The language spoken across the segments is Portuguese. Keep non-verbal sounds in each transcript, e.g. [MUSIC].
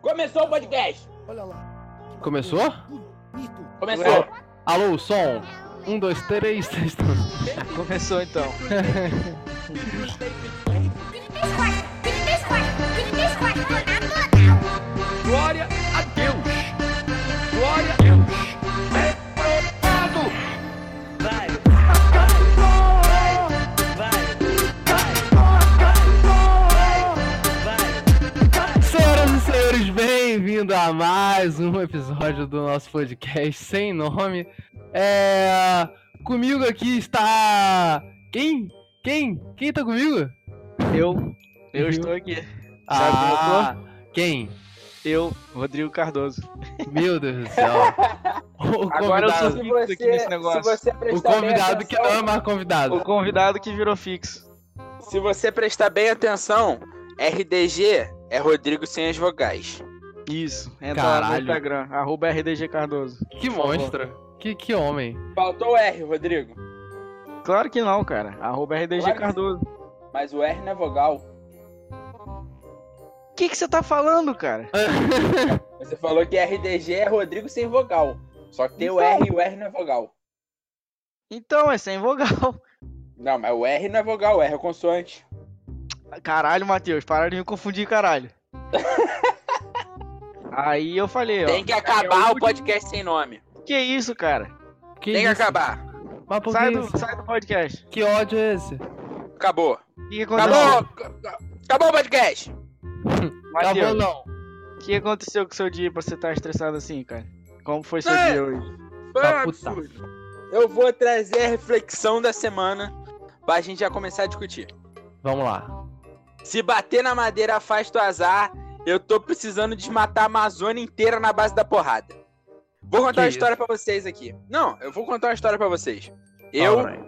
Começou o podcast! Olha lá. Começou? Bonito. É. Começou! Alô, som! Um, dois, três, [LAUGHS] três, dois. Começou então. Glória a Deus! Glória a Deus! Senhoras e senhores, bem-vindo a mais um episódio do nosso podcast sem nome. É. Comigo aqui está. Quem? Quem? Quem tá comigo? Eu, Viu? eu estou aqui. Sabe quem eu Ah, quem? Eu, Rodrigo Cardoso. Meu Deus do céu. [LAUGHS] O Agora eu sou Se convidado, Fica aqui você, nesse se negócio. você o prestar convidado que bem não é atenção, mais convidado. O convidado que virou fixo. Se você prestar bem atenção, RDG é Rodrigo sem as vogais. Isso, entra lá Caralho. no Instagram, arroba RDG Cardoso. Que Por favor. monstro. Que, que homem. Faltou o R, Rodrigo. Claro que não, cara. Arroba RDG Claro que- Cardoso. Mas o R não é vogal. O que que você tá falando, cara? Você falou que RDG é Rodrigo sem vogal. Só que tem o Então. R e o R não é vogal. Então, é sem vogal. [LAUGHS] Não, mas o R não é vogal, o R é consoante. Caralho, Matheus, para de me confundir, caralho. Aí eu falei, ó. Tem que acabar o podcast sem nome. Que isso, cara? Que Tem que isso? acabar. Mas por Sai [LAUGHS] que, do, isso? sai do podcast. que ódio é esse? Acabou. O que que Tá aconteceu? Acabou. Acabou o podcast. Acabou Matheus, não. o que aconteceu com o seu dia pra você estar estressado assim, cara? Como foi seu É. dia hoje? Foi Tá um puta. absurdo. Eu vou trazer a reflexão da semana pra gente já começar a discutir. Vamos lá. Se bater na madeira afasta o azar, eu tô precisando desmatar a Amazônia inteira na base da porrada. Vou contar Que uma isso? história pra vocês aqui. Não, eu vou contar uma história pra vocês. Eu Fala, Brian.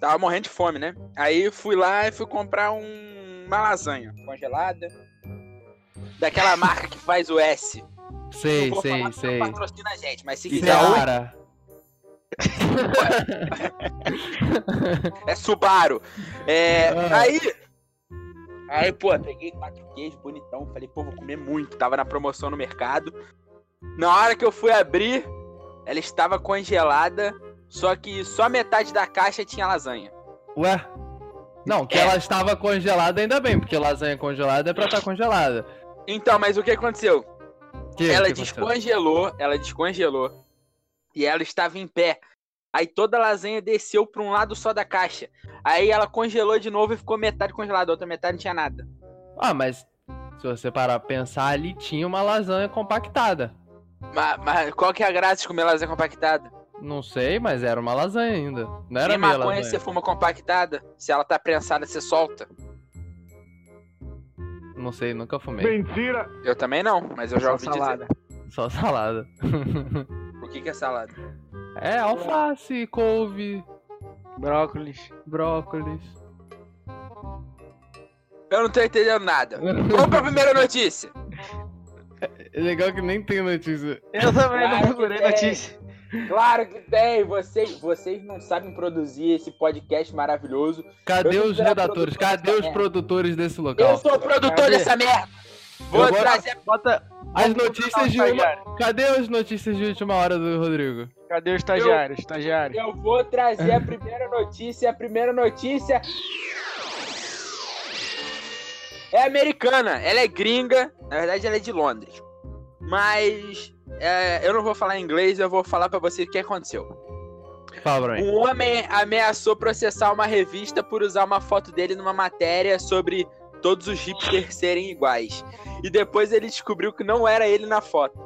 tava morrendo de fome, né? Aí fui lá e fui comprar um- uma lasanha congelada. [LAUGHS] Daquela marca que faz o S. Sei, Não vou falar sei, que sei. Não patrocina a gente, mas se quiser, Cara, É Subaru. É, Ah. Aí. Aí, pô, peguei quatro queijos, bonitão. Falei, pô, vou comer muito. Tava na promoção no mercado. Na hora que eu fui abrir, ela estava congelada. Só que só metade da caixa tinha lasanha. ué? Não, que É. ela estava congelada ainda bem, porque lasanha congelada é pra estar congelada. Então, mas o que aconteceu? Que, ela que aconteceu? descongelou, ela descongelou. E ela estava em pé. Aí toda a lasanha desceu para um lado só da caixa. Aí ela congelou de novo e ficou metade congelada, a outra metade não tinha nada. Ah, mas se você parar pra pensar, ali tinha uma lasanha compactada. Mas, mas qual que é a graça de comer lasanha compactada? Não sei, mas era uma lasanha ainda. Não era Sem minha maconha lasanha. você fuma compactada? Se ela tá prensada, você solta? Não sei, nunca fumei. Mentira. Eu também não, mas eu já ouvi Só salada. Só salada. dizer. O que, que é salada? É, alface, couve, Brócolis. brócolis. Eu não tô entendendo [LAUGHS] nada. Vamos pra primeira notícia. É legal que nem tem notícia. Eu também Claro não que procurei tem. notícia. Claro que tem. Vocês, vocês não sabem produzir esse podcast maravilhoso. Cadê Eu não os era redatores? produtor Cadê os dessa produtores desse Eu local? sou produtor Cadê? dessa merda. Vou Eu vou- trazer. Bota. As Vamos botar notícias o de uma... estagiário. Cadê as notícias de última hora do Rodrigo? Cadê o estagiário? Estagiário. Eu vou trazer a primeira notícia. A primeira notícia. É americana, ela é gringa, na verdade ela é de Londres. Mas é, eu não vou falar inglês, eu vou falar pra vocês o que aconteceu. Fala pra mim. Um homem ameaçou processar uma revista por usar uma foto dele numa matéria sobre todos os hipsters serem iguais. E depois ele descobriu que não era ele na foto.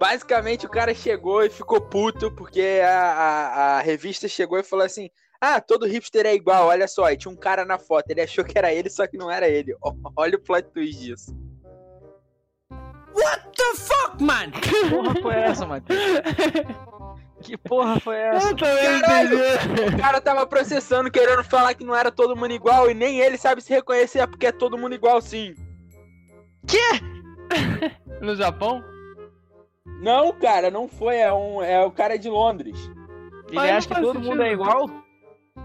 Basicamente, o cara chegou e ficou puto porque a, a- a revista chegou e falou assim: Ah, todo hipster é igual, olha só. E tinha um cara na foto, ele achou que era ele, só que não era ele. [LAUGHS] Ó, Olha o plot twist disso. Que porra foi essa, Matheus? Que porra foi essa? Eu também Caralho! entendi. O cara tava processando, querendo falar que não era todo mundo igual e nem ele sabe se reconhecer porque é todo mundo igual, sim. No Japão? Não, cara, não foi. É, um, é o cara de Londres. Ele Mas não acha que faz todo sentido. mundo é igual?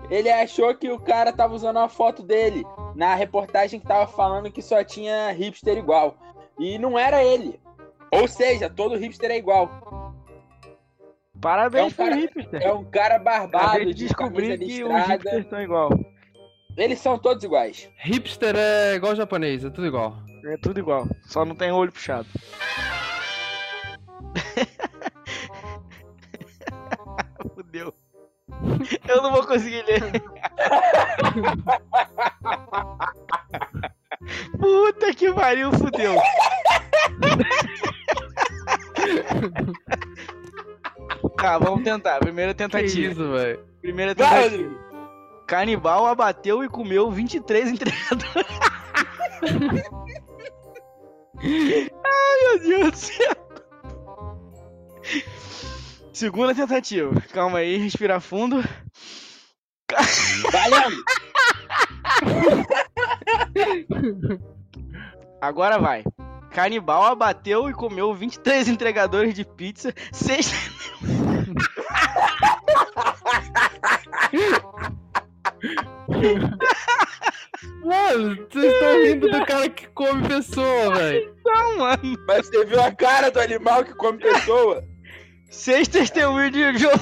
Ele achou que o cara tava usando uma foto dele na reportagem que tava falando que só tinha hipster igual. E não era ele. Ou seja, todo hipster é igual. Parabéns É um cara- pro hipster. É um cara barbado, Acabei de de descobrir camisa que um os listrada. hipsters são igual. Eles são todos iguais. Hipster é igual japonês, é tudo igual. É tudo igual. Só não tem olho puxado. [LAUGHS] Fudeu. Eu não vou conseguir ler. Puta que pariu, fudeu. tá, vamos tentar. Primeira Que tentativa. isso, velho. Primeira Vai, tentativa. Rodrigo. Canibal abateu e comeu 23 entregadores. Ai, meu Deus do céu. Segunda tentativa. Calma aí, respirar fundo. Valendo. Agora vai. Canibal abateu e comeu 23 entregadores de pizza. Sexta. Mano, vocês estão rindo do cara que come pessoa, velho. [LAUGHS] Não, mano. Mas você viu a cara do animal que come pessoa? Seis testemunhos de jogo.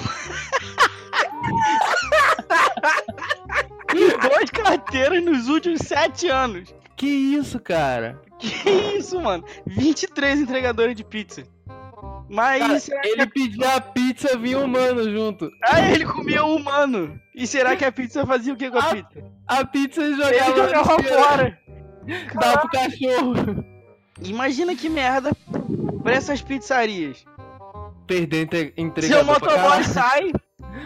[LAUGHS] Dois carteiras nos últimos sete anos. Que isso, cara? Que isso, mano? 23 entregadores de pizza. Mas Cara, será que... Ele pediu a pizza vinha humano junto. Ah, ele comia o humano. E será que a pizza fazia o que com a Ah, pizza? A pizza ele Ele jogava, jogava no chão, fora. Dava pro cachorro. Imagina que merda pra essas pizzarias. Perder entre... Seu entregador pra motoboy caralho. sai,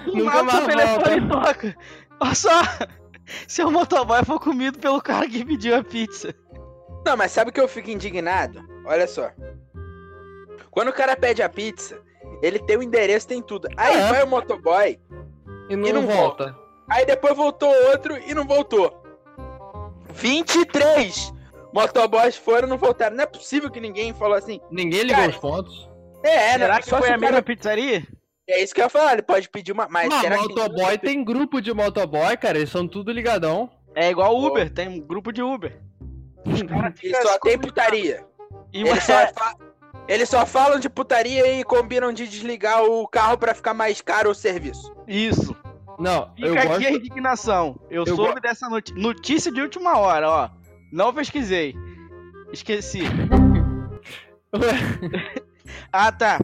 Nunca Nunca mata o mais telefone e toca. Olha só. [LAUGHS] Seu motoboy foi comido pelo cara que pediu a pizza. Não, mas sabe o que eu fico indignado? Olha só. Quando o cara pede a pizza, ele tem o endereço, tem tudo. Aí É. vai o motoboy, E não, E não volta. aí depois voltou outro e não voltou. 23 motoboys foram e não voltaram. Não é possível que ninguém falou assim. Ninguém ligou Cara, os pontos. É, Será né? que Só foi se a o mesma cara... pizzaria? É isso que eu ia falar, ele pode pedir uma. Mas Mas será motoboy que. tem grupo de motoboy, cara. Eles são tudo ligadão. É igual Uber, tem um grupo de Uber. Os caras Ele ficam só se tem comunicando. putaria. E Eles É só, fa- eles só falam de putaria e combinam de desligar o carro pra ficar mais caro o serviço. Isso. Não, eu Fica aqui a gosto. indignação. Eu, Eu soube dessa notícia. Notícia de última hora, ó. Não pesquisei. Esqueci. Ah, tá.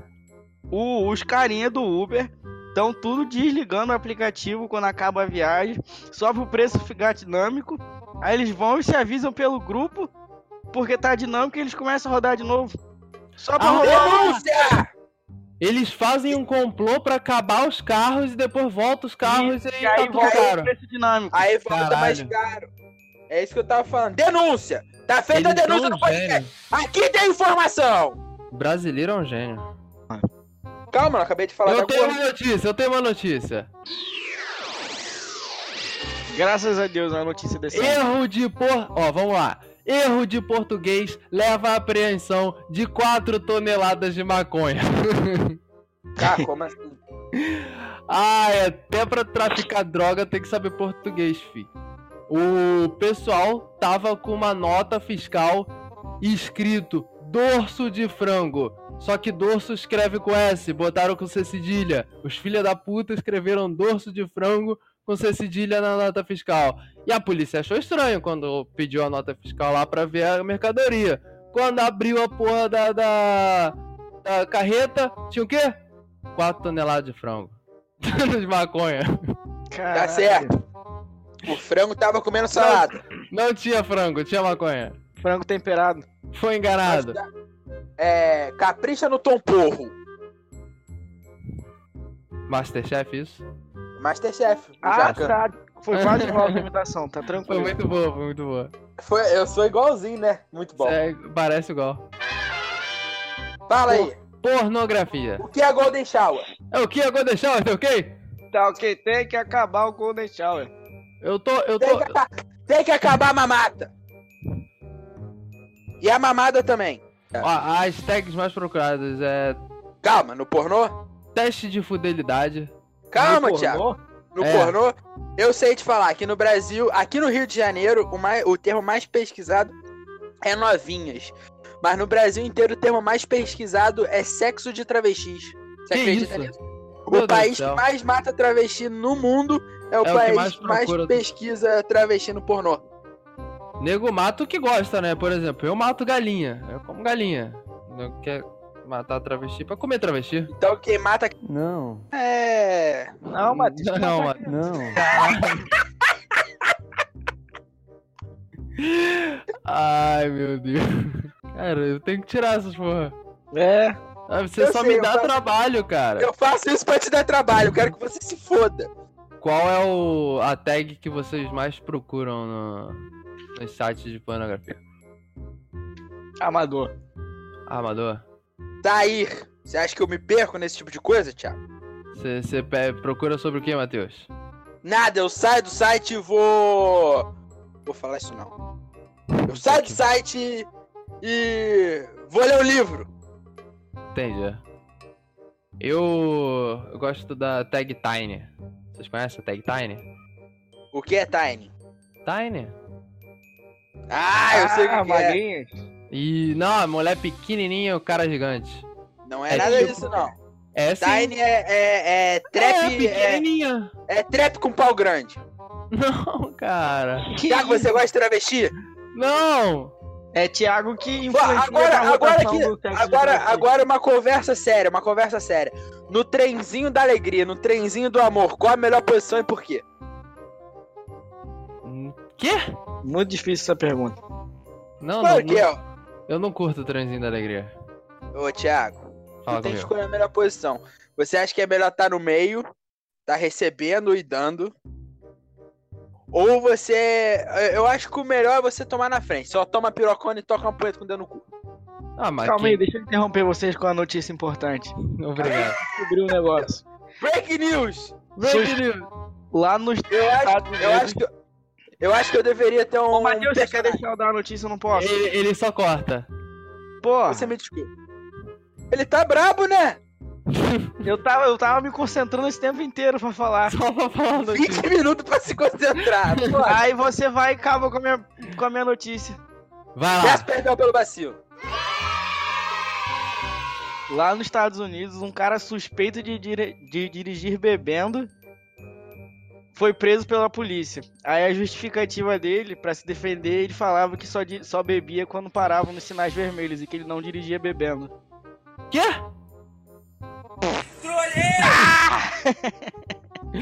O- os carinha do Uber estão tudo desligando o aplicativo quando acaba a viagem. Sobe o preço ficar dinâmico. Aí eles vão e se avisam pelo grupo. Porque tá dinâmico e eles começam a rodar de novo. Só pra Ah, rodar. Denúncia! [LAUGHS] Eles fazem um complô pra acabar os carros e depois volta os carros e, E tá aí tudo volta caro. o preço dinâmico. Aí volta Caralho. mais caro. É isso que eu tava falando. Denúncia! Tá feita Eles a denúncia são do um podcast. gênio. Aqui tem informação! Brasileiro é um gênio. Calma, eu acabei de falar eu da tenho coisa. uma notícia, eu tenho uma notícia. Graças a Deus, a notícia desse Erro de por... Ó, vamos lá. Erro de português leva à apreensão de 4 toneladas de maconha. Ah, como assim? Ah, é, até pra traficar droga tem que saber português, fi. O pessoal tava com uma nota fiscal escrito dorso de frango. Só que dorso escreve com S, botaram com C cedilha. Os filha da puta escreveram dorso de frango com C cedilha na nota fiscal. E a polícia achou estranho quando pediu a nota fiscal lá pra ver a mercadoria. Quando abriu a porra da, da, da carreta, tinha o quê? 4 toneladas de frango. de maconha. Tá Caralho. certo. O frango tava comendo salada. Não tinha frango, tinha maconha. Frango temperado. Foi enganado. Mas tá- É. Capricha no tom porro. Masterchef, isso? Masterchef. Ah, Jacan. tá. [LAUGHS] Foi quase igual a imitação, tá tranquilo. Foi muito boa, foi muito boa. Foi, eu sou igualzinho, né? Muito bom. É, parece igual. Fala aí. Pornografia. O que é Golden Shower? É o que eu vou deixar, tá ok? Tá ok, tem que acabar o Golden Shower. Eu tô, eu Tem tô. que, aca- tem que acabar a mamata. E a mamada também. Ó, as tags mais procuradas é Calma, no pornô? teste de fidelidade. Calma, Me Thiago. informou? No É. pornô, eu sei te falar que no Brasil, aqui no Rio de Janeiro, o, mai- o termo mais pesquisado é novinhas. Mas no Brasil inteiro o termo mais pesquisado é sexo de travestis. Você Que acredita isso? nisso? Meu o Deus do país que céu. mais mata travesti no mundo é o É o que país mais que mais, procura- pesquisa travesti no pornô. Nego mata o que gosta, né? Por exemplo, eu mato galinha. Eu como galinha. Não quer matar travesti pra comer travesti. Então quem mata Não, é. Não, Não, Matheus. tá Matheus. não. Ai, meu Deus. [LAUGHS] Cara, eu tenho que tirar essas porra. É. Ah, Você Eu só sei, me eu dá faço- trabalho, cara. Eu faço isso pra te dar trabalho, eu quero que você se foda. Qual é o, a tag que vocês mais procuram no, nos sites de pornografia? Amador. Armador? Sair. Você acha que eu me perco nesse tipo de coisa, Thiago? Você procura sobre o que, Matheus? Nada, eu saio do site e vou. Vou falar isso não. Eu saio do site e. vou ler o livro. Entendi. é. Eu, eu gosto da tag Tiny. Vocês conhecem a tag Tiny? O que é Tiny? Tiny? Ah, eu sei o que que é. magrinhas. E não, a mulher pequenininha, o cara gigante. Não é, É nada tipo- disso, não. É sim. Tiny é, é, é trap. é É, pequenininha. é trap com pau grande. Não, cara. Thiago, você gosta de travesti? Não. É Thiago que Agora- influencia agora, na agora votação aqui, do sexo de agora, vocês. agora é uma conversa séria, uma conversa séria. No trenzinho da alegria, no trenzinho do amor, qual a melhor posição e por quê? Hum, Muito difícil essa pergunta. Não, Claro não, que é, ó. Eu não curto o trenzinho da alegria. Ô, Thiago, Fala tu tem que comigo. escolher é a melhor posição. Você acha que é melhor estar no meio, tá recebendo e dando? Ou você. Eu acho que o melhor é você tomar na frente. Só toma pirocone e toca uma punheta com o dedo no cu. Ah, mas Calma que- aí, deixa eu interromper vocês com a notícia importante. Obrigado. [LAUGHS] Descobri um negócio. Break news! Vocês- Lá nos Eu Estados acho, eu Unidos- acho que. eu- Eu acho que eu deveria ter um. Ô, Matheus, você quer personagem. deixar eu dar a notícia? Eu não posso. Ele, ele [LAUGHS] só corta. Pô, Você me desculpa. Ele tá brabo, né? eu tava, eu tava me concentrando esse tempo inteiro pra falar. Só pra falar do 20 minutos pra se concentrar. Pô, Aí você vai e acaba com a minha, com a minha notícia. Vai lá. Peço perdão pelo vacilo. Lá nos Estados Unidos, um cara suspeito de, dire- de dirigir bebendo foi preso pela polícia. Aí a justificativa dele, pra se defender, ele falava que só, di- só bebia quando parava nos sinais vermelhos e que ele não dirigia bebendo. Quê? Ah!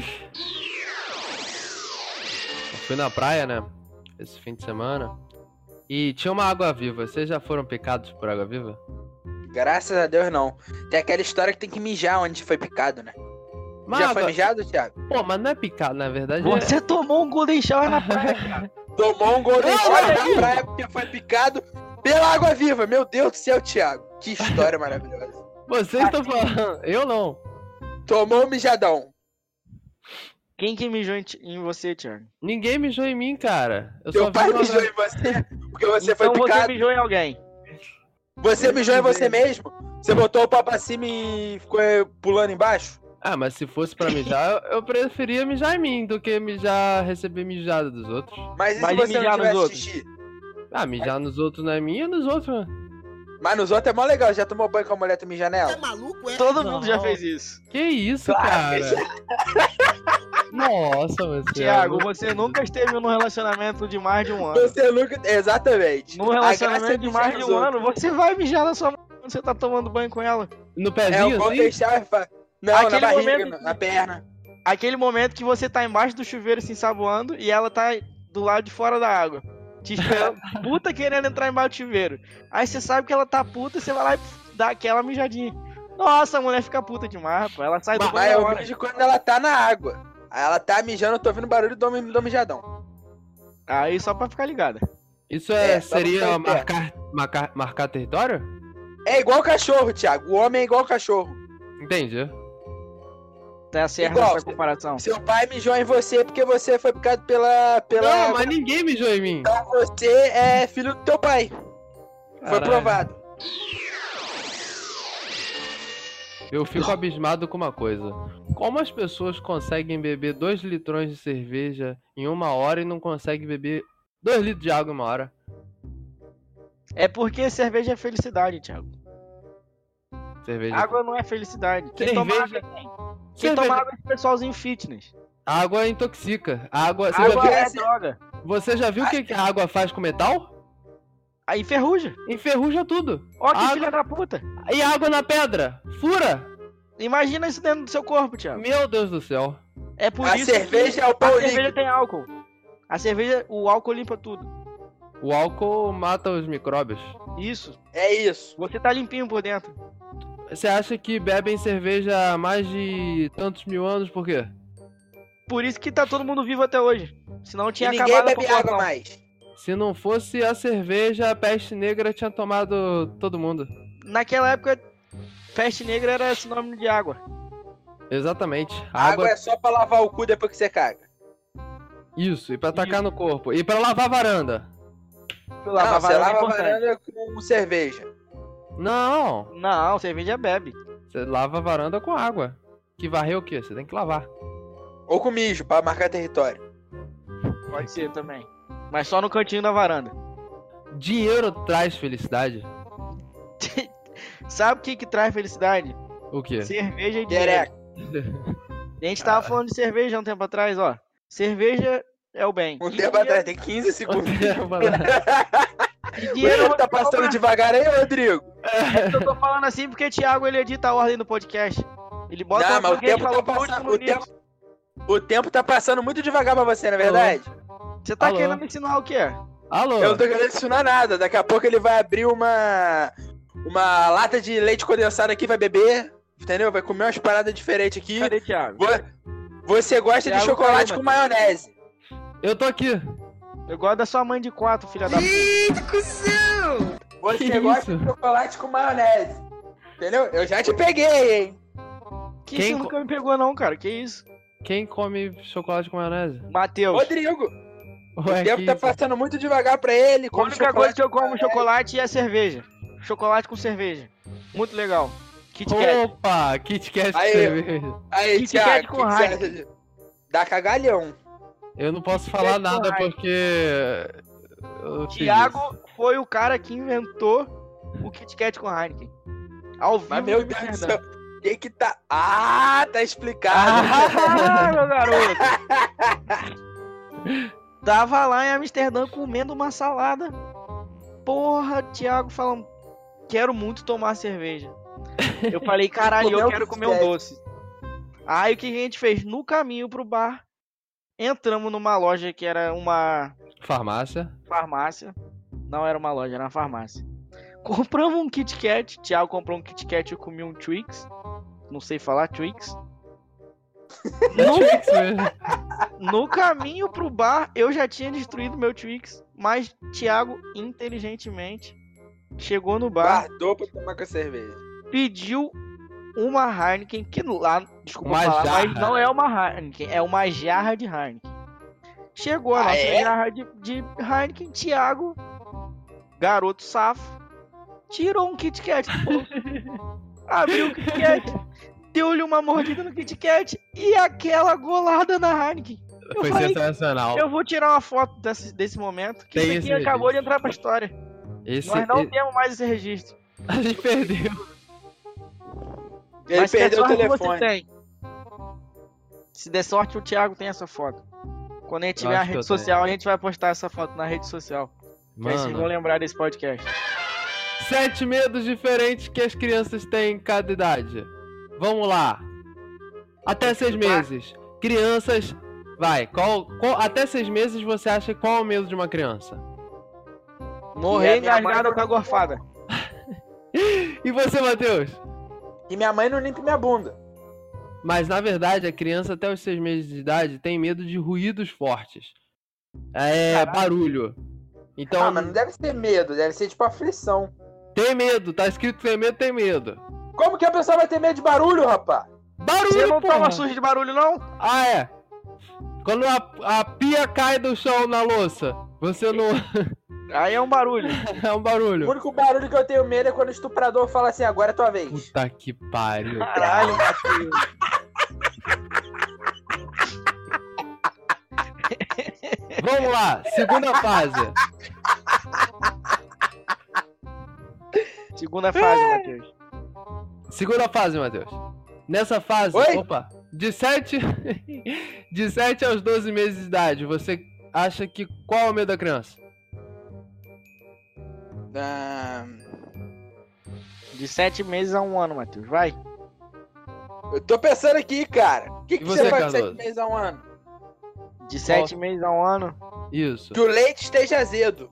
Eu [LAUGHS] fui na praia, né? Esse fim de semana. E tinha uma água viva. Vocês já foram picados por água viva? Graças a Deus, não. Tem aquela história que tem que mijar onde foi picado, né? Mas Já água- foi mijado, Thiago? Pô, mas não é picado, na verdade. é- [LAUGHS] Você tomou um golden shower na praia, cara. Tomou um gol de Não, fora olha na aí. praia porque foi picado pela água viva. Meu Deus do céu, Thiago. Que história maravilhosa. Vocês tá estão falando. Eu não. Tomou um mijadão. [LAUGHS] Quem que mijou em, ti- em você, Thiago? Ninguém mijou em mim, cara. Eu Seu só pai vi uma... mijou em você porque você então foi você picado. mijou em alguém. Você mijou em você mesmo? Você botou o pau pra cima e ficou eh, pulando embaixo? Ah, mas se fosse pra mijar, eu- eu preferia mijar em mim do que mijar, receber mijada dos outros. Mas e Mas se e você não mijar nos tivesse outros? xixi? Ah, mijar nos outros não é minha, nos outros. né? Mas nos outros é mó legal, já tomou banho com a mulher, tu mija nela? maluco, é? Todo Não. mundo já fez isso. Que isso, [LAUGHS] Claro, cara? Nossa, você. Thiago, é louco. você nunca esteve num relacionamento de mais de um ano. Você nunca. Exatamente. é Num relacionamento de mais de um ano, você vai mijar na sua mão quando você tá tomando banho com ela. No É, o pezinho, bom assim? deixar. é fa- Não, Aquele na barriga, momento na, que- na perna. Aquele momento que você tá embaixo do chuveiro se ensaboando e ela tá do lado de fora da água. Te [LAUGHS] esperando, puta querendo entrar embaixo do chuveiro. Aí você sabe que ela tá puta, você vai lá e dá aquela mijadinha. Nossa, a mulher fica puta demais, pô. Ela sai do Mas é banho na eu hora. mijo quando ela tá na água. Aí ela tá mijando, eu tô ouvindo barulho do, do mijadão. Aí só pra ficar ligada. Isso é, É, só não seria sai perto. marcar, marcar, marcar território? É igual cachorro, Thiago. O homem é igual cachorro. Entendi. Tá certa Igual, essa comparação. Seu pai mijou em você porque você foi picado pela. pela... Não, mas ninguém mijou em mim. Então você é filho do teu pai. Foi Caralho. provado. Eu fico abismado com uma coisa. Como as pessoas conseguem beber 2 litrões de cerveja em uma hora e não conseguem beber 2 litros de água em uma hora? É porque cerveja é felicidade, Thiago. Cerveja. Água não é felicidade. Quem Cerveja- toma água, quem? Quem Cerveja- toma água é esse pessoalzinho fitness. Água intoxica. Água. Você, Água Já, é essa- droga. viu, você já viu o que, que a água faz com metal? Aí ferruja. Enferruja tudo. Ó que Água- filha da puta. E água na pedra? Fura! Imagina isso dentro do seu corpo, Thiago. Meu Deus do céu. É por a isso cerveja é o que a pão cerveja líquido. tem álcool. A cerveja, o álcool limpa tudo. O álcool mata os micróbios. Isso. É isso. Você tá limpinho por dentro. Você acha que bebem cerveja há mais de tantos mil anos por quê? Por isso que tá todo mundo vivo até hoje. Senão E tinha ninguém acabado a bebe água população. mais. Se não fosse a cerveja, a peste negra tinha tomado todo mundo. Naquela época, peste negra era sinônimo de água. Exatamente. A Água... água. é só pra lavar o cu depois que você caga. Isso, e pra tacar no corpo. E pra lavar a varanda. não, você varanda é lava a importante. varanda com cerveja. Não, Não, cerveja bebe. você lava a varanda com água. Que varrer o quê? Você tem que lavar. Ou com mijo, pra marcar território. Pode ser também. Mas só no cantinho da varanda. Dinheiro traz felicidade. Sabe o que que traz felicidade? O quê? [LAUGHS] Cerveja e dinheiro. Direto. A gente tava falando de cerveja há um tempo atrás, ó. Cerveja é o bem. Um tempo E dinheiro- atrás, tem 15 segundos. e O dinheiro Rodrigo é uma tá passando devagar aí, Rodrigo? É que eu tô falando assim porque Thiago ele edita a ordem do podcast. Ele bota Não, o mas o português tempo falou tá por passando. último O nisso. tempo, o tempo tá passando muito devagar pra você, na verdade. Você tá Alô? querendo me ensinar o quê? Alô? Eu não tô querendo ensinar nada. Daqui a pouco ele vai abrir uma. Uma lata de leite condensado aqui, vai beber. Entendeu? Vai comer umas paradas diferentes aqui. Cadê Thiago? Vo- Você gosta de Thiago chocolate caiu, com maionese. Eu tô aqui. Eu gosto da sua mãe de quatro, filha da puta. Você Que gosta isso? de chocolate com maionese. Entendeu? Eu já te peguei, hein? Que Quem isso co- nunca me pegou não, cara. Que isso? Quem come chocolate com maionese? Matheus. Rodrigo, Ué, o tempo que tá isso? passando muito devagar pra ele. A Come única chocolate. coisa que eu como chocolate é cerveja. Chocolate com cerveja. Muito legal. Kit Kat. Opa, Kit Kat com Aí. cerveja. Aí, Kit Kat Thiago, com o que que você Heineken. acha de... Dá cagalhão. Eu não posso Kit falar Kat com nada Heineken. porque. eu fiz Thiago foi o cara que inventou o Kit Kat com Heineken. Ao vivo. Mas, meu em Deus do Amsterdã. céu. O que que tá... Ah, tá explicado. Ah, meu garoto! [LAUGHS] Tava lá em Amsterdã comendo uma salada. Porra, Thiago falando, quero muito tomar cerveja. Eu [LAUGHS] falei, caralho, Comer eu o quero que comer um quiser. doce. Aí o que a gente fez? No caminho pro bar, entramos numa loja que era uma isso. Farmácia. farmácia. Não era uma loja, era uma farmácia. Compramos um Kit Kat. Thiago comprou um Kit Kat e eu comi um Twix. Não sei [LAUGHS] falar Twix. Não. Twix mesmo. No caminho pro bar, eu já tinha destruído meu Twix, mas Thiago, inteligentemente, chegou no bar, Guardou pra tomar com a cerveja. pediu uma Heineken, que lá, desculpa Uma falar, jarra. mas não é uma Heineken, é uma jarra de Heineken. Chegou a Ah, nossa é? jarra de, de Heineken, Thiago, garoto safo, tirou um Kit Kat do bolso, [LAUGHS] abriu o Kit Kat, deu-lhe uma mordida no Kit Kat e aquela golada na Heineken. Eu Foi falei, sensacional. eu vou tirar uma foto desse, desse momento, que Tem isso esse aqui acabou registro. de entrar pra história. Esse... Nós não e- temos mais esse registro. A gente perdeu. Ele Mas se der perdeu o sorte, telefone. Você tem. Se der sorte, o Thiago tem essa foto. Quando a gente Eu tiver a acho que eu rede social, a gente vai postar essa foto na rede social. Que aí vocês vão Mano, lembrar desse podcast. sete medos diferentes que as crianças têm em cada idade. Vamos lá. Até seis Vai. meses. Crianças. Vai, qual, qual- até seis meses você acha qual é o medo de uma criança? Morrer a minha mãe engasgado não- com a gorfada. E você, Matheus? E minha mãe não limpa minha bunda. Mas na verdade, a criança até os seis meses de idade tem medo de ruídos fortes. É barulho. Então, ah, mas não deve ser medo, deve ser tipo aflição. tem medo, tá escrito tem medo, tem medo. Como que a pessoa vai ter medo de barulho, rapaz? Você Barulho, não porra! toma sujo de barulho, não? Ah, é. Quando a, a pia cai do chão na louça, você não. Aí é [LAUGHS] um barulho. é um O barulho. único barulho que eu tenho medo é quando o estuprador fala assim, agora é tua vez. Puta que pariu. Caralho, Matheus. Vamos lá, segunda fase. Segunda fase, É. Matheus. Segunda fase, Matheus. Nessa fase, Oi? opa, de 7, de 7 aos 12 meses de idade, você acha que qual é o medo da criança? Ah, De sete meses a um ano, Matheus. Vai. eu tô pensando aqui, cara. O que, que E você, você, vai de Cardoso? sete meses a um ano? De sete meses a um ano. Isso. Que o leite esteja azedo.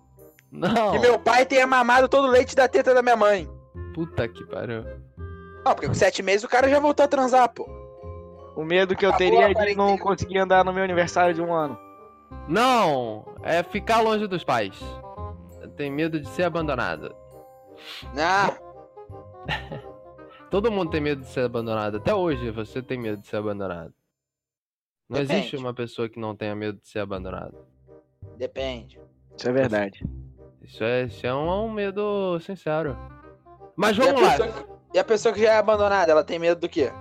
Não. Que meu pai tenha mamado todo o leite da teta da minha mãe. Puta que pariu. Não, porque com sete meses o cara já voltou a transar, pô. O medo que eu Acabou teria a é de não quarentena. conseguir andar no meu aniversário de um ano. Não, é ficar longe dos pais. Tem medo de ser abandonado. Não. Todo mundo tem medo de ser abandonado. Até hoje você tem medo de ser abandonado. Não Depende. existe uma pessoa que não tenha medo de ser abandonado. Depende. Isso é verdade. Isso é, isso é um, um medo sincero. Mas E a, vamos lá. pessoa, e a pessoa que já é abandonada, ela tem medo do quê?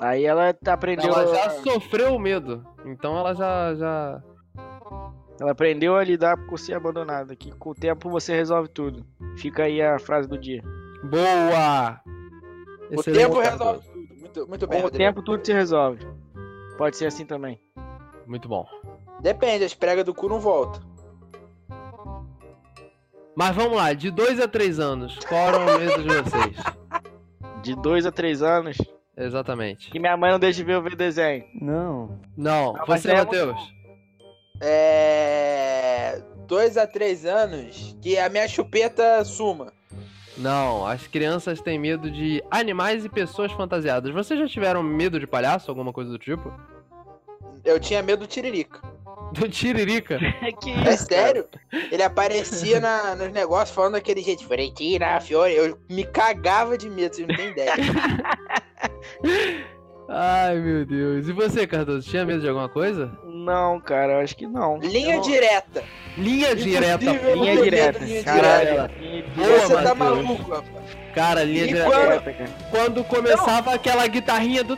Aí ela tá- aprendeu. Ela já a- sofreu o medo. Então ela já. já... Ela aprendeu a lidar com ser abandonada. Que com o tempo você resolve tudo. Fica aí a frase do dia. Boa! O Excelente, tempo é Cardoso. resolve tudo. Muito, muito bem, Com o Rodrigo. tempo tudo se resolve. Pode ser assim também. Muito bom. Depende, as pregas do cu não voltam. Mas vamos lá, de 2 a 3 anos, qual era o medo de [LAUGHS] vocês? De dois a três anos, Exatamente. que minha mãe não deixa de ver eu ver desenho. Não. Não, Ah, Não, mas você, um é muito Matheus. É. Dois a três anos que a minha chupeta suma. Não, as crianças têm medo de animais e pessoas fantasiadas. Vocês já tiveram medo de palhaço, alguma coisa do tipo? [LAUGHS] Eu tinha medo do Tiririca. [LAUGHS] Do tiririca? [LAUGHS] que É sério? Ele aparecia na- nos negócios falando daquele jeito, Florentina, Fiore. Eu me cagava de medo, vocês não têm ideia. Ai, meu Deus. E você, Cardoso, tinha medo de alguma coisa? Não, cara, eu acho que não. Linha Eu não- direta. Linha direta. Impossível não Linha ter direta. medo de linha Caralho. direta. Linha Boa, Você tá Matheus. maluco, rapaz. Cara, linha E direta. quando- direta, cara. Quando começava aquela guitarrinha do...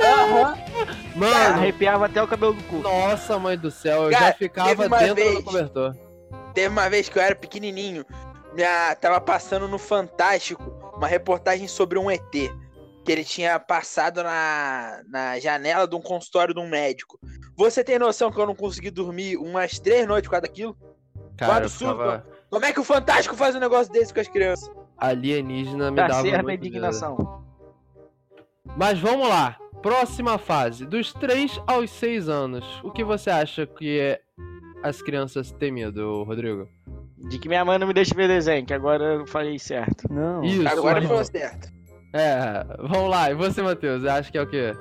Aham. Mano, Arrepiava até o cabelo do cu. Tá nossa mãe do céu, eu já Cara, teve ficava uma dentro vez- do cobertor. Teve uma vez que eu era pequenininho, minha, tava passando no Fantástico uma reportagem sobre um ET que ele tinha passado na, na janela de um consultório de um médico. Você tem noção que eu não consegui dormir umas três noites por causa daquilo? Cara, eu absurdo. ficava Como é que o Fantástico faz um negócio desse com as crianças? alienígena, me Tá dava certa a muito medo. indignação. Mas vamos lá. Próxima fase, dos 3 aos 6 anos. O que você acha que é as crianças têm medo, Rodrigo? De que minha mãe não me deixa ver desenho, que agora eu falei certo. Não. Isso, Agora mas- falou certo. É, vamos lá. E você, Matheus, acha que é o quê?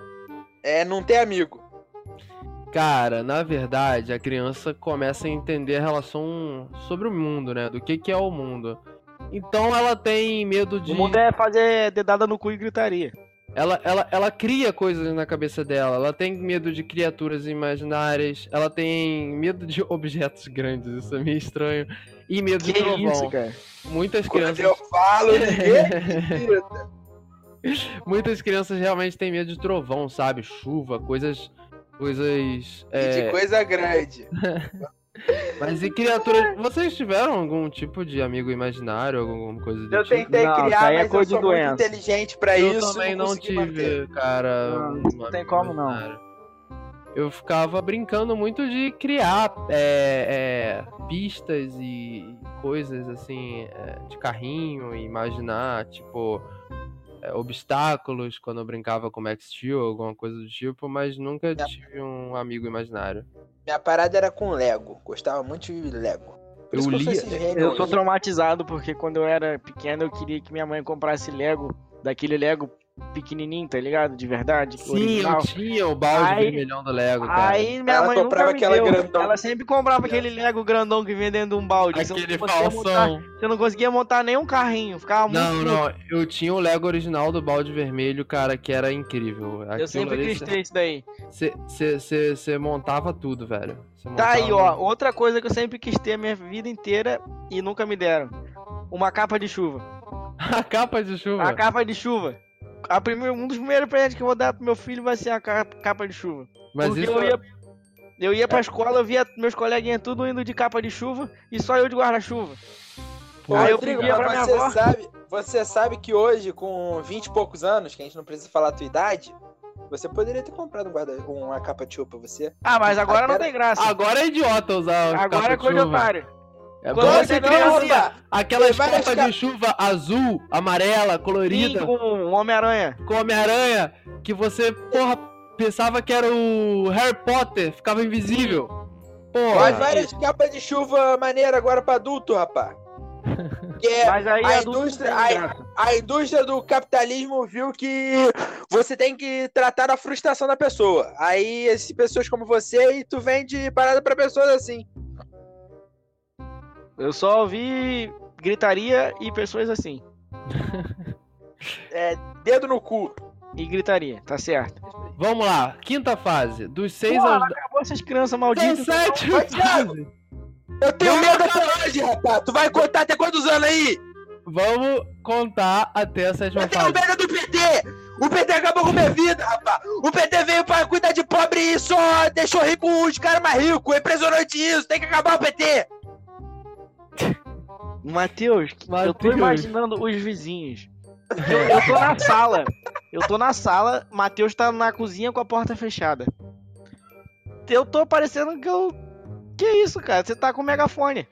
É não ter amigo. Cara, na verdade, a criança começa a entender a relação sobre o mundo, né? Do que, que é o mundo. Então ela tem medo de. O mundo é fazer dedada no cu e gritaria. Ela, ela, ela cria coisas na cabeça dela. Ela tem medo de criaturas imaginárias. Ela tem medo de [LAUGHS] objetos grandes. Isso é meio estranho. E medo Que de trovão. isso, cara? Muitas Quando crianças, eu [LAUGHS] falo, ninguém acredita. [LAUGHS] muitas crianças realmente têm medo de trovão, sabe? Chuva, coisas. E Coisas. é, de coisa grande. Mas e criaturas. Vocês tiveram algum tipo de amigo imaginário, alguma coisa do Eu tipo? tentei Não, isso criar, aí é mas eu coisa de sou muito doença. inteligente pra eu isso. também não consegui tive, manter. cara. Não, um não tem amigo como não. imaginário. Eu ficava brincando muito de criar é, é, pistas e coisas assim é, de carrinho, e imaginar tipo é, obstáculos quando eu brincava com Max Steel, alguma coisa do tipo, mas nunca tive um amigo imaginário. Minha parada era com Lego. Gostava muito de Lego. Por Eu isso que sou li- esse gênio Eu tô hoje. traumatizado porque quando eu era pequeno eu queria que minha mãe comprasse Lego, daquele Lego pequenininho, tá ligado? De verdade. Sim, eu original. tinha o balde Aí- vermelhão do Lego, cara. Aí minha Ela mãe nunca comprava me aquela deu. grandão. Ela sempre comprava aquele Lego grandão que vinha dentro de um balde. Você não Aquele conseguia montar- falsão. Você não conseguia montar nenhum carrinho, ficava muito Não, não, eu tinha o Lego original do balde vermelho, cara, que era incrível. Eu sempre cristei isso daí. Você montava tudo, velho. Cê Tá montava- aí, ó. Outra coisa que eu sempre quis ter a minha vida inteira e nunca me deram. Uma capa de chuva. [LAUGHS] A capa de chuva. A capa de chuva. A prime- um dos primeiros presentes que eu vou dar pro meu filho vai ser a ca- capa de chuva. Mas Porque isso É. eu ia. Eu ia pra escola, eu via meus coleguinhas tudo indo de capa de chuva e só eu de guarda-chuva. Ô, Pô, Aí eu Rodrigo, pedia mas pra minha você avó. sabe, você sabe que hoje, com 20 e poucos anos, que a gente não precisa falar a tua idade, você poderia ter comprado um guarda, uma capa de chuva pra você. Ah, mas agora não Agora- tem graça. Agora é idiota usar o Agora é coisa de capa-chuva. otário. É Quando bom que você não criança, usa, Aquelas tem várias capas de capas. chuva azul, amarela, Sim, colorida, com o Homem-Aranha. com Homem-Aranha, que você, porra, pensava que era o Harry Potter, ficava invisível. Faz Porra. várias capas de chuva maneira agora pra adulto, rapaz. Que é, Mas aí a adulto não indústria- tem a- graça. a indústria do capitalismo viu que você tem que tratar a frustração da pessoa. Aí, essas pessoas como você, e tu vende parada pra pessoas assim. Eu só ouvi gritaria e pessoas assim. É, dedo no cu. E gritaria, tá certo. Vamos lá, quinta fase. Dos 6 Porra, aos Acabou essas crianças São malditas. sete Vai, Thiago. fases. Eu tenho Vamos medo até hoje, rapaz. Tu vai contar até quantos anos aí? Vamos contar até a sétima Eu tenho um fase. medo do PT! O PT acabou com minha vida, rapaz! O PT veio pra cuidar de pobre e só deixou rico os caras mais ricos! É impressionante isso! Tem que acabar o PT! Matheus, eu tô Matheus. imaginando os vizinhos. Eu, eu tô na sala. Eu tô na sala, Matheus tá na cozinha com a porta fechada. Eu tô parecendo que eu. Que isso, cara? Você tá com megafone.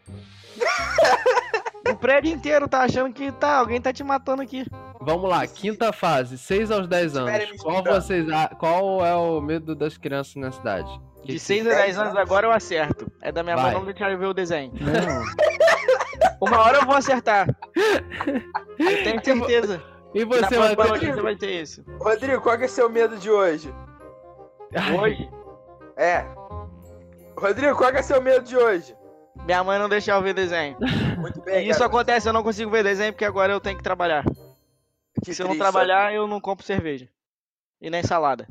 o prédio inteiro tá achando que tá, alguém tá te matando aqui. [LAUGHS] Vamos lá, quinta fase, 6 aos 10 Espera me anos. Qual, escutar. vocês, a- qual é o medo das crianças na cidade? Que- é De 6 a 10 anos agora eu acerto. É da minha Vai. mãe, não deixar eu ver o desenho. Não. Uma hora eu vou acertar. Eu tenho certeza. E Na [LAUGHS] você, próxima Matheus? notícia vai ter isso. Rodrigo, qual que é o seu medo de hoje? Hoje, É. Rodrigo, qual que é o seu medo de hoje? minha mãe não deixa eu ver desenho. Muito E isso acontece, eu não consigo ver desenho porque agora eu tenho que trabalhar. Se eu não trabalhar, eu não compro cerveja. E nem salada.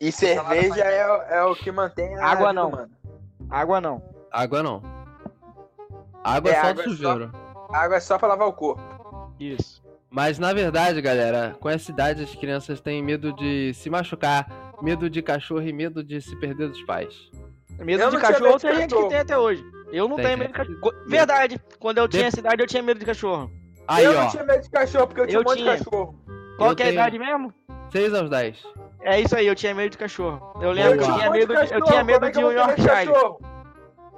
E cerveja é, o- é o que mantém a Água vida não. humana. Água não. Água não. Água É, é só água é do só- sujeiro. Água é só pra lavar o corpo. Isso. Mas na verdade, galera, com essa idade as crianças têm medo de se machucar, medo de cachorro e medo de se perder dos pais. Medo Eu de não tinha cachorro medo de tem gente que cachorro. tem até hoje. Eu não Tem tenho medo gente de cachorro. Co- Verdade. Quando eu tinha Dep- essa idade, eu tinha medo de cachorro. Aí, eu ó, não tinha medo de cachorro, porque eu tinha Eu um monte tinha. de cachorro. Qual Eu que é a tenho. idade mesmo? 6 aos 10. É isso aí, eu tinha medo de cachorro. Eu lembro que tinha eu tinha um monte medo de, eu cachorro, tinha como medo é que de eu um vou ter medo de Yorkshire. cachorro?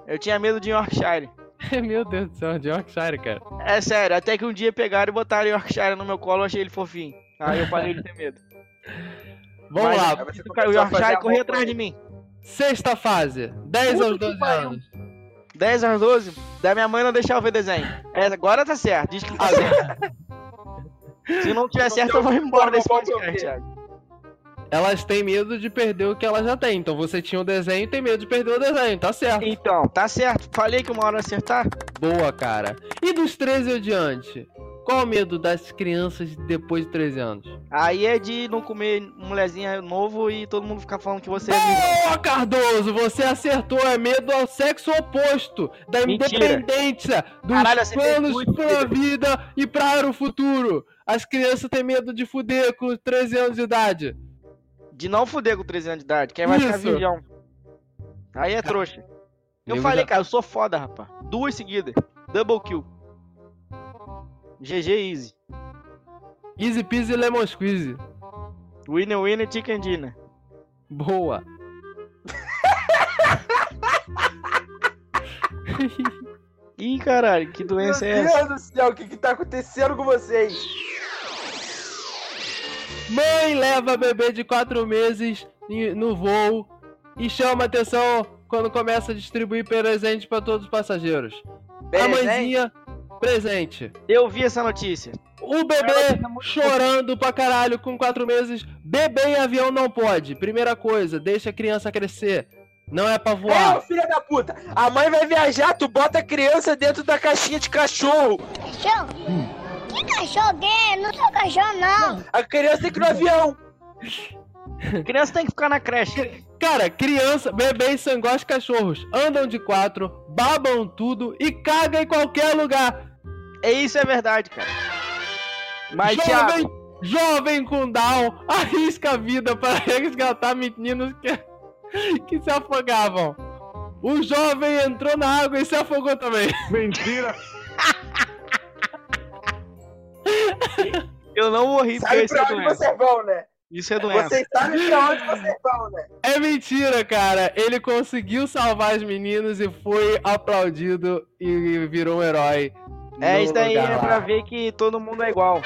Eu tinha medo de um Yorkshire. [LAUGHS] Meu Deus do céu, de Yorkshire, cara. É sério, até que um dia pegaram e botaram Yorkshire no meu colo, eu achei ele fofinho. Aí eu parei de [LAUGHS] ter medo. Vamos Mas- lá, Aí você O começou a fazer Yorkshire amor corria com atrás ele. de mim. sexta fase, 10 Puta aos que 12 pariu. anos. 10 às 12, da minha mãe não deixar eu ver desenho. É, agora tá certo, diz que tá certo. Se não tiver Não certo, tem eu vou outra embora forma, desse volta a podcast, ver. Thiago. Elas têm medo de perder o que elas já têm. Então você tinha o desenho e tem medo de perder o desenho, tá certo. Então, tá certo. Falei que uma hora eu acertar. Boa, cara. E dos 13 em diante? Qual o medo das crianças depois de 13 anos? Aí é de não comer mulherzinha novo e todo mundo ficar falando que você é lindo. Boa, Cardoso! Você acertou! É medo ao sexo oposto, da Mentira. independência, dos Caralho, acertei planos muito, pra vida e para o futuro. As crianças têm medo de fuder com 13 anos de idade. De não fuder com 13 anos de idade, quem vai ficar Isso. virgão. Aí é trouxa. Eu Nego falei, já- cara, eu sou foda, rapaz. Duas seguidas. Double kill. GG Easy. Easy peasy lemon squeezy. Winner, winner, chicken dinner. Boa. Ih, caralho, que doença é Meu essa? Deus do céu, o que que tá acontecendo com vocês? Mãe leva bebê de 4 meses em- no voo e chama atenção quando começa a distribuir presente pra todos os passageiros. A mãezinha, presente. Eu vi essa notícia. O bebê chorando pra caralho com quatro meses. Bebê em avião não pode. Primeira coisa, deixa a criança crescer. Não é pra É, ô, voar. filha da puta! A mãe vai viajar, tu bota a criança dentro da caixinha de cachorro! Cachorro? Hum. Que cachorro que é? Não sou cachorro, não. A criança tem que ir no avião! [LAUGHS] Criança tem que ficar na creche. Cara, criança, bebê e sangóis cachorros andam de quatro, babam tudo e cagam em qualquer lugar. É isso é verdade, cara. Mas, né? Thiago, jovem, jovem com Down arrisca a vida para [LAUGHS] resgatar meninos que, que se afogavam. O jovem entrou na água e se afogou também. Eu não morri porque Sabe isso é pra onde doença. vocês vão, né? Isso é doença. Vocês sabem pra onde vocês vão, né? [LAUGHS] É mentira, cara. Ele conseguiu salvar os meninos e foi aplaudido e virou um herói. É, no isso daí lugar é lá. pra ver que todo mundo é igual.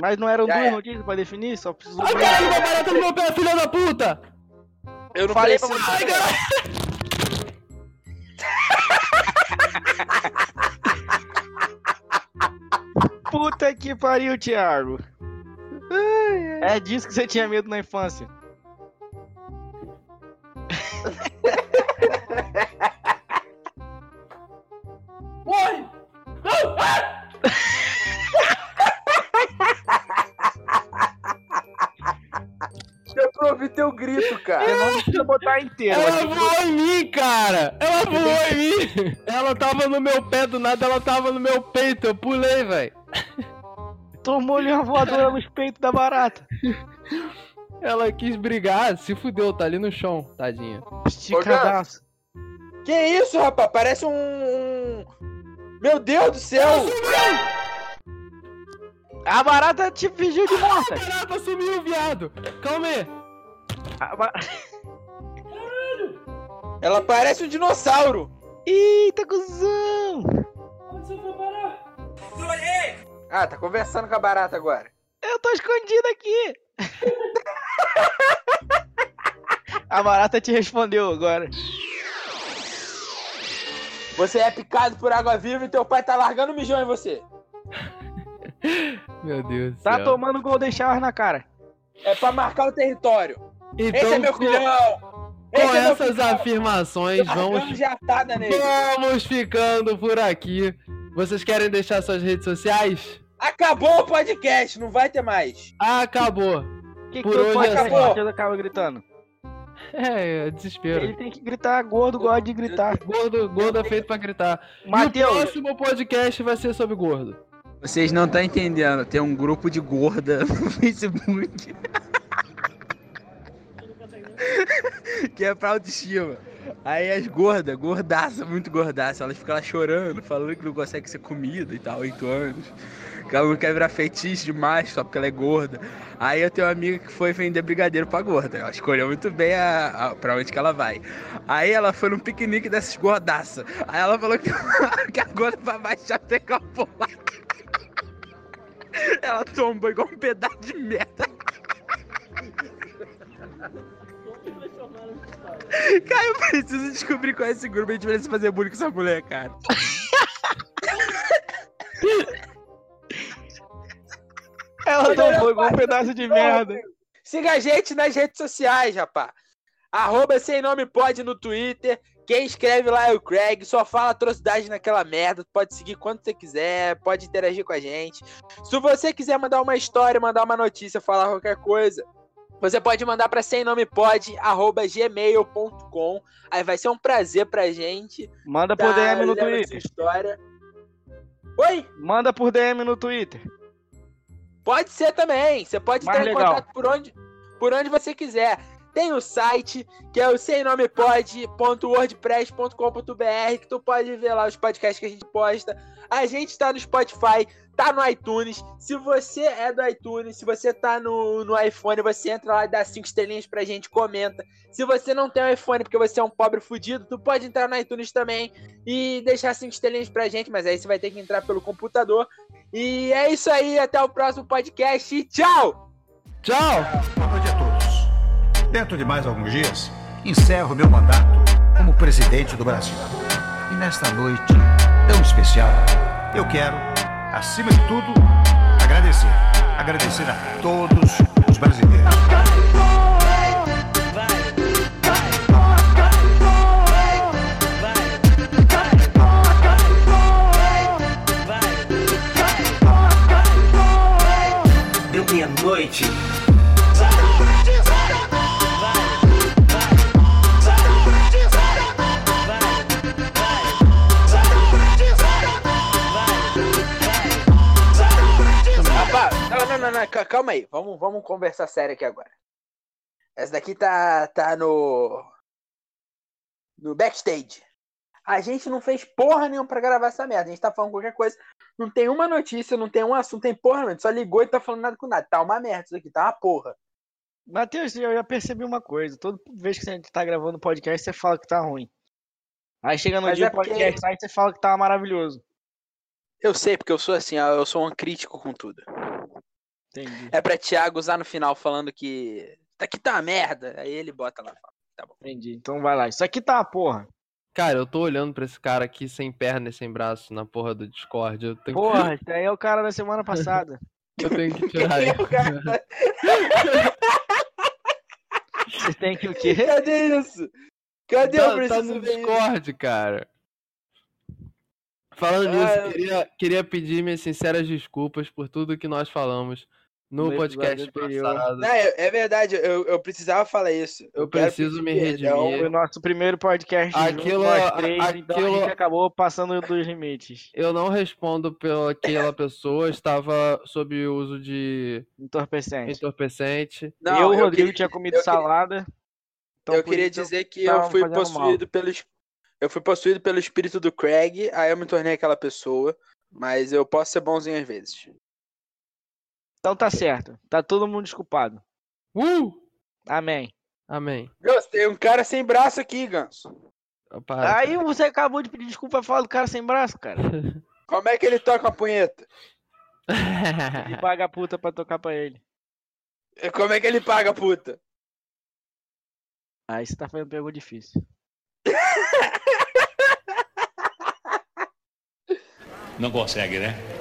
Mas não eram Já duas é. notícias pra definir, só precisou. Ai, caralho, uma barata no meu pé, filha da puta! Eu não Falei pra preciso. você. Ai, cara. [LAUGHS] Puta que pariu, Thiago. É disso que você tinha medo na infância. Morre! Deu pra ouvir teu grito, cara. Eu não precisa botar É, inteiro. Ela É, mas tem que- voou em mim, cara! [LAUGHS] Ela voou em mim! Ela tava no meu pé do nada, ela tava no meu peito, eu pulei, velho. Tomou-lhe uma voadora nos peitos da barata. Ela quis brigar, se fudeu, tá ali no chão, tadinha. Esticadaço. Que isso, rapaz? Parece um. um- Meu Deus do céu! A barata te fingiu de morta. Caraca, sumiu, viado! Calma aí! A ba- Ela parece um dinossauro! Eita, cuzão. Ah, tá conversando com a barata agora. Eu tô escondido aqui. [LAUGHS] A barata te respondeu agora. Você é picado por água viva e teu pai tá largando o mijão em você. Meu Deus do Tá céu. tomando Golden Shower na cara. É pra marcar o território. Então, Esse é meu com- filhão! com Esse é meu Tá essas filhão! afirmações, vamos Largando de atada nele. Vamos ficando por aqui. Vocês querem deixar suas redes sociais? Ah, Acabou o podcast, não vai ter mais. Acabou. [LAUGHS] Que Por que eu hoje posso é fazer? só. O Matheus acaba gritando. É, é desespero. Ele tem que gritar, gordo gosta de gritar. Gordo, gordo é feito pra gritar. E o Matheus, próximo podcast vai ser sobre gordo. Vocês não estão entendendo, tem um grupo de gorda [LAUGHS] no Facebook. [LAUGHS] que é pra autoestima. Aí as gordas, gordaça, muito gordaça, elas ficam lá chorando, falando que não consegue ser comida e tal, 8 anos. Que ela não quer virar feitiço demais só porque ela é gorda. Aí eu tenho uma amiga que foi vender brigadeiro pra gorda. Ela escolheu muito bem a, a, pra onde que ela vai. Aí ela foi num piquenique dessas gordaças. Aí ela falou que, [LAUGHS] que a gorda vai baixar pegar o pular. Ela tombou igual um pedaço de merda. Cara, eu preciso descobrir qual é esse grupo. A gente precisa fazer bullying com essa mulher, cara. é ela tomou igual um pedaço de merda. Siga a gente nas redes sociais, rapá. Arroba sem nome pode no Twitter. Quem escreve lá é o Craig. Só fala atrocidade naquela merda. Pode seguir quando você quiser. Pode interagir com a gente. Se você quiser mandar uma história, mandar uma notícia, falar qualquer coisa, você pode mandar para sem nome pode, arroba gmail.com. Aí vai ser um prazer pra gente. Manda Tá, por dar- DM no ler é a sua Twitter. História. Oi? Manda por DM no Twitter. Pode ser também. Você pode Mais entrar em legal. contato por onde, por onde você quiser. Tem o site, que é o semnomepod.wordpress.com.br, que tu pode ver lá os podcasts que a gente posta. A gente tá no Spotify, tá no iTunes. Se você é do iTunes, se você tá no, no iPhone, você entra lá e dá cinco estrelinhas pra gente, comenta. Se você não tem um iPhone porque você é um pobre fudido, tu pode entrar no iTunes também e deixar cinco estrelinhas pra gente, mas aí você vai ter que entrar pelo computador. E é isso aí, até o próximo podcast e tchau! Tchau! Boa noite a todos. Dentro de mais alguns dias, encerro meu mandato como presidente do Brasil. E nesta noite tão especial, eu quero, acima de tudo, agradecer. Agradecer a todos os brasileiros. Deu meia-noite. Rapaz, não, não, não, não, ca- calma aí, vamos, vamos conversar sério aqui agora. Essa daqui tá, tá no. no backstage. A gente não fez porra nenhuma pra gravar essa merda. A gente tá falando qualquer coisa. Não tem uma notícia, não tem um assunto, não tem porra, mano. Só ligou e tá falando nada com nada. Tá uma merda isso aqui, tá uma porra. Matheus, eu já percebi uma coisa. Toda vez que a gente tá gravando podcast, você fala que tá ruim. Aí chega no Mas dia é do porque- podcast, aí você fala que tá maravilhoso. Eu sei, porque eu sou assim, ó, eu sou um crítico com tudo. Entendi, É pra Thiago usar no final falando que. Tá aqui tá uma merda. Aí ele bota lá. fala, Tá bom. entendi. Então vai lá. Isso aqui tá uma porra. Cara, eu tô olhando pra esse cara aqui sem perna e sem braço na porra do Discord. Eu tenho, Porra, esse aí é o cara da semana passada. eu tenho que tirar ele. Você tem que o quê? Cadê isso? Cadê tá, o tá preciso no ver isso? Discord, cara. Falando Ah, nisso, eu- queria, queria pedir minhas sinceras desculpas por tudo que nós falamos no, No podcast episódio anterior. passado. Não, eu- é verdade, eu, eu precisava falar isso. Eu quero preciso me pedir perdão. redimir. Foi o nosso primeiro podcast junto, Aquilo- é nós três, então a aquilo- gente acabou passando dos limites. Eu não respondo pelaquela pessoa estava sob o uso de Entorpecente. entorpecente. Não, eu, Rodrigo, queria- tinha comido eu queria- salada. então eu por queria isso eu- dizer que tava eu me fui fazendo mal. possuído pelo es- eu fui possuído pelo espírito do Craig, aí eu me tornei aquela pessoa, mas eu posso ser bonzinho às vezes. Então tá certo. Tá todo mundo desculpado. Uh! Amém. Amém. Ganso, tem um cara sem braço aqui, Ganso. Ah, para, Aí você acabou de pedir desculpa e falar do cara sem braço, cara. Como é que ele toca a punheta? [LAUGHS] cara. E paga a puta pra tocar pra ele. Como é que ele paga, puta? Aí você tá fazendo pergunta difícil. Não consegue, né?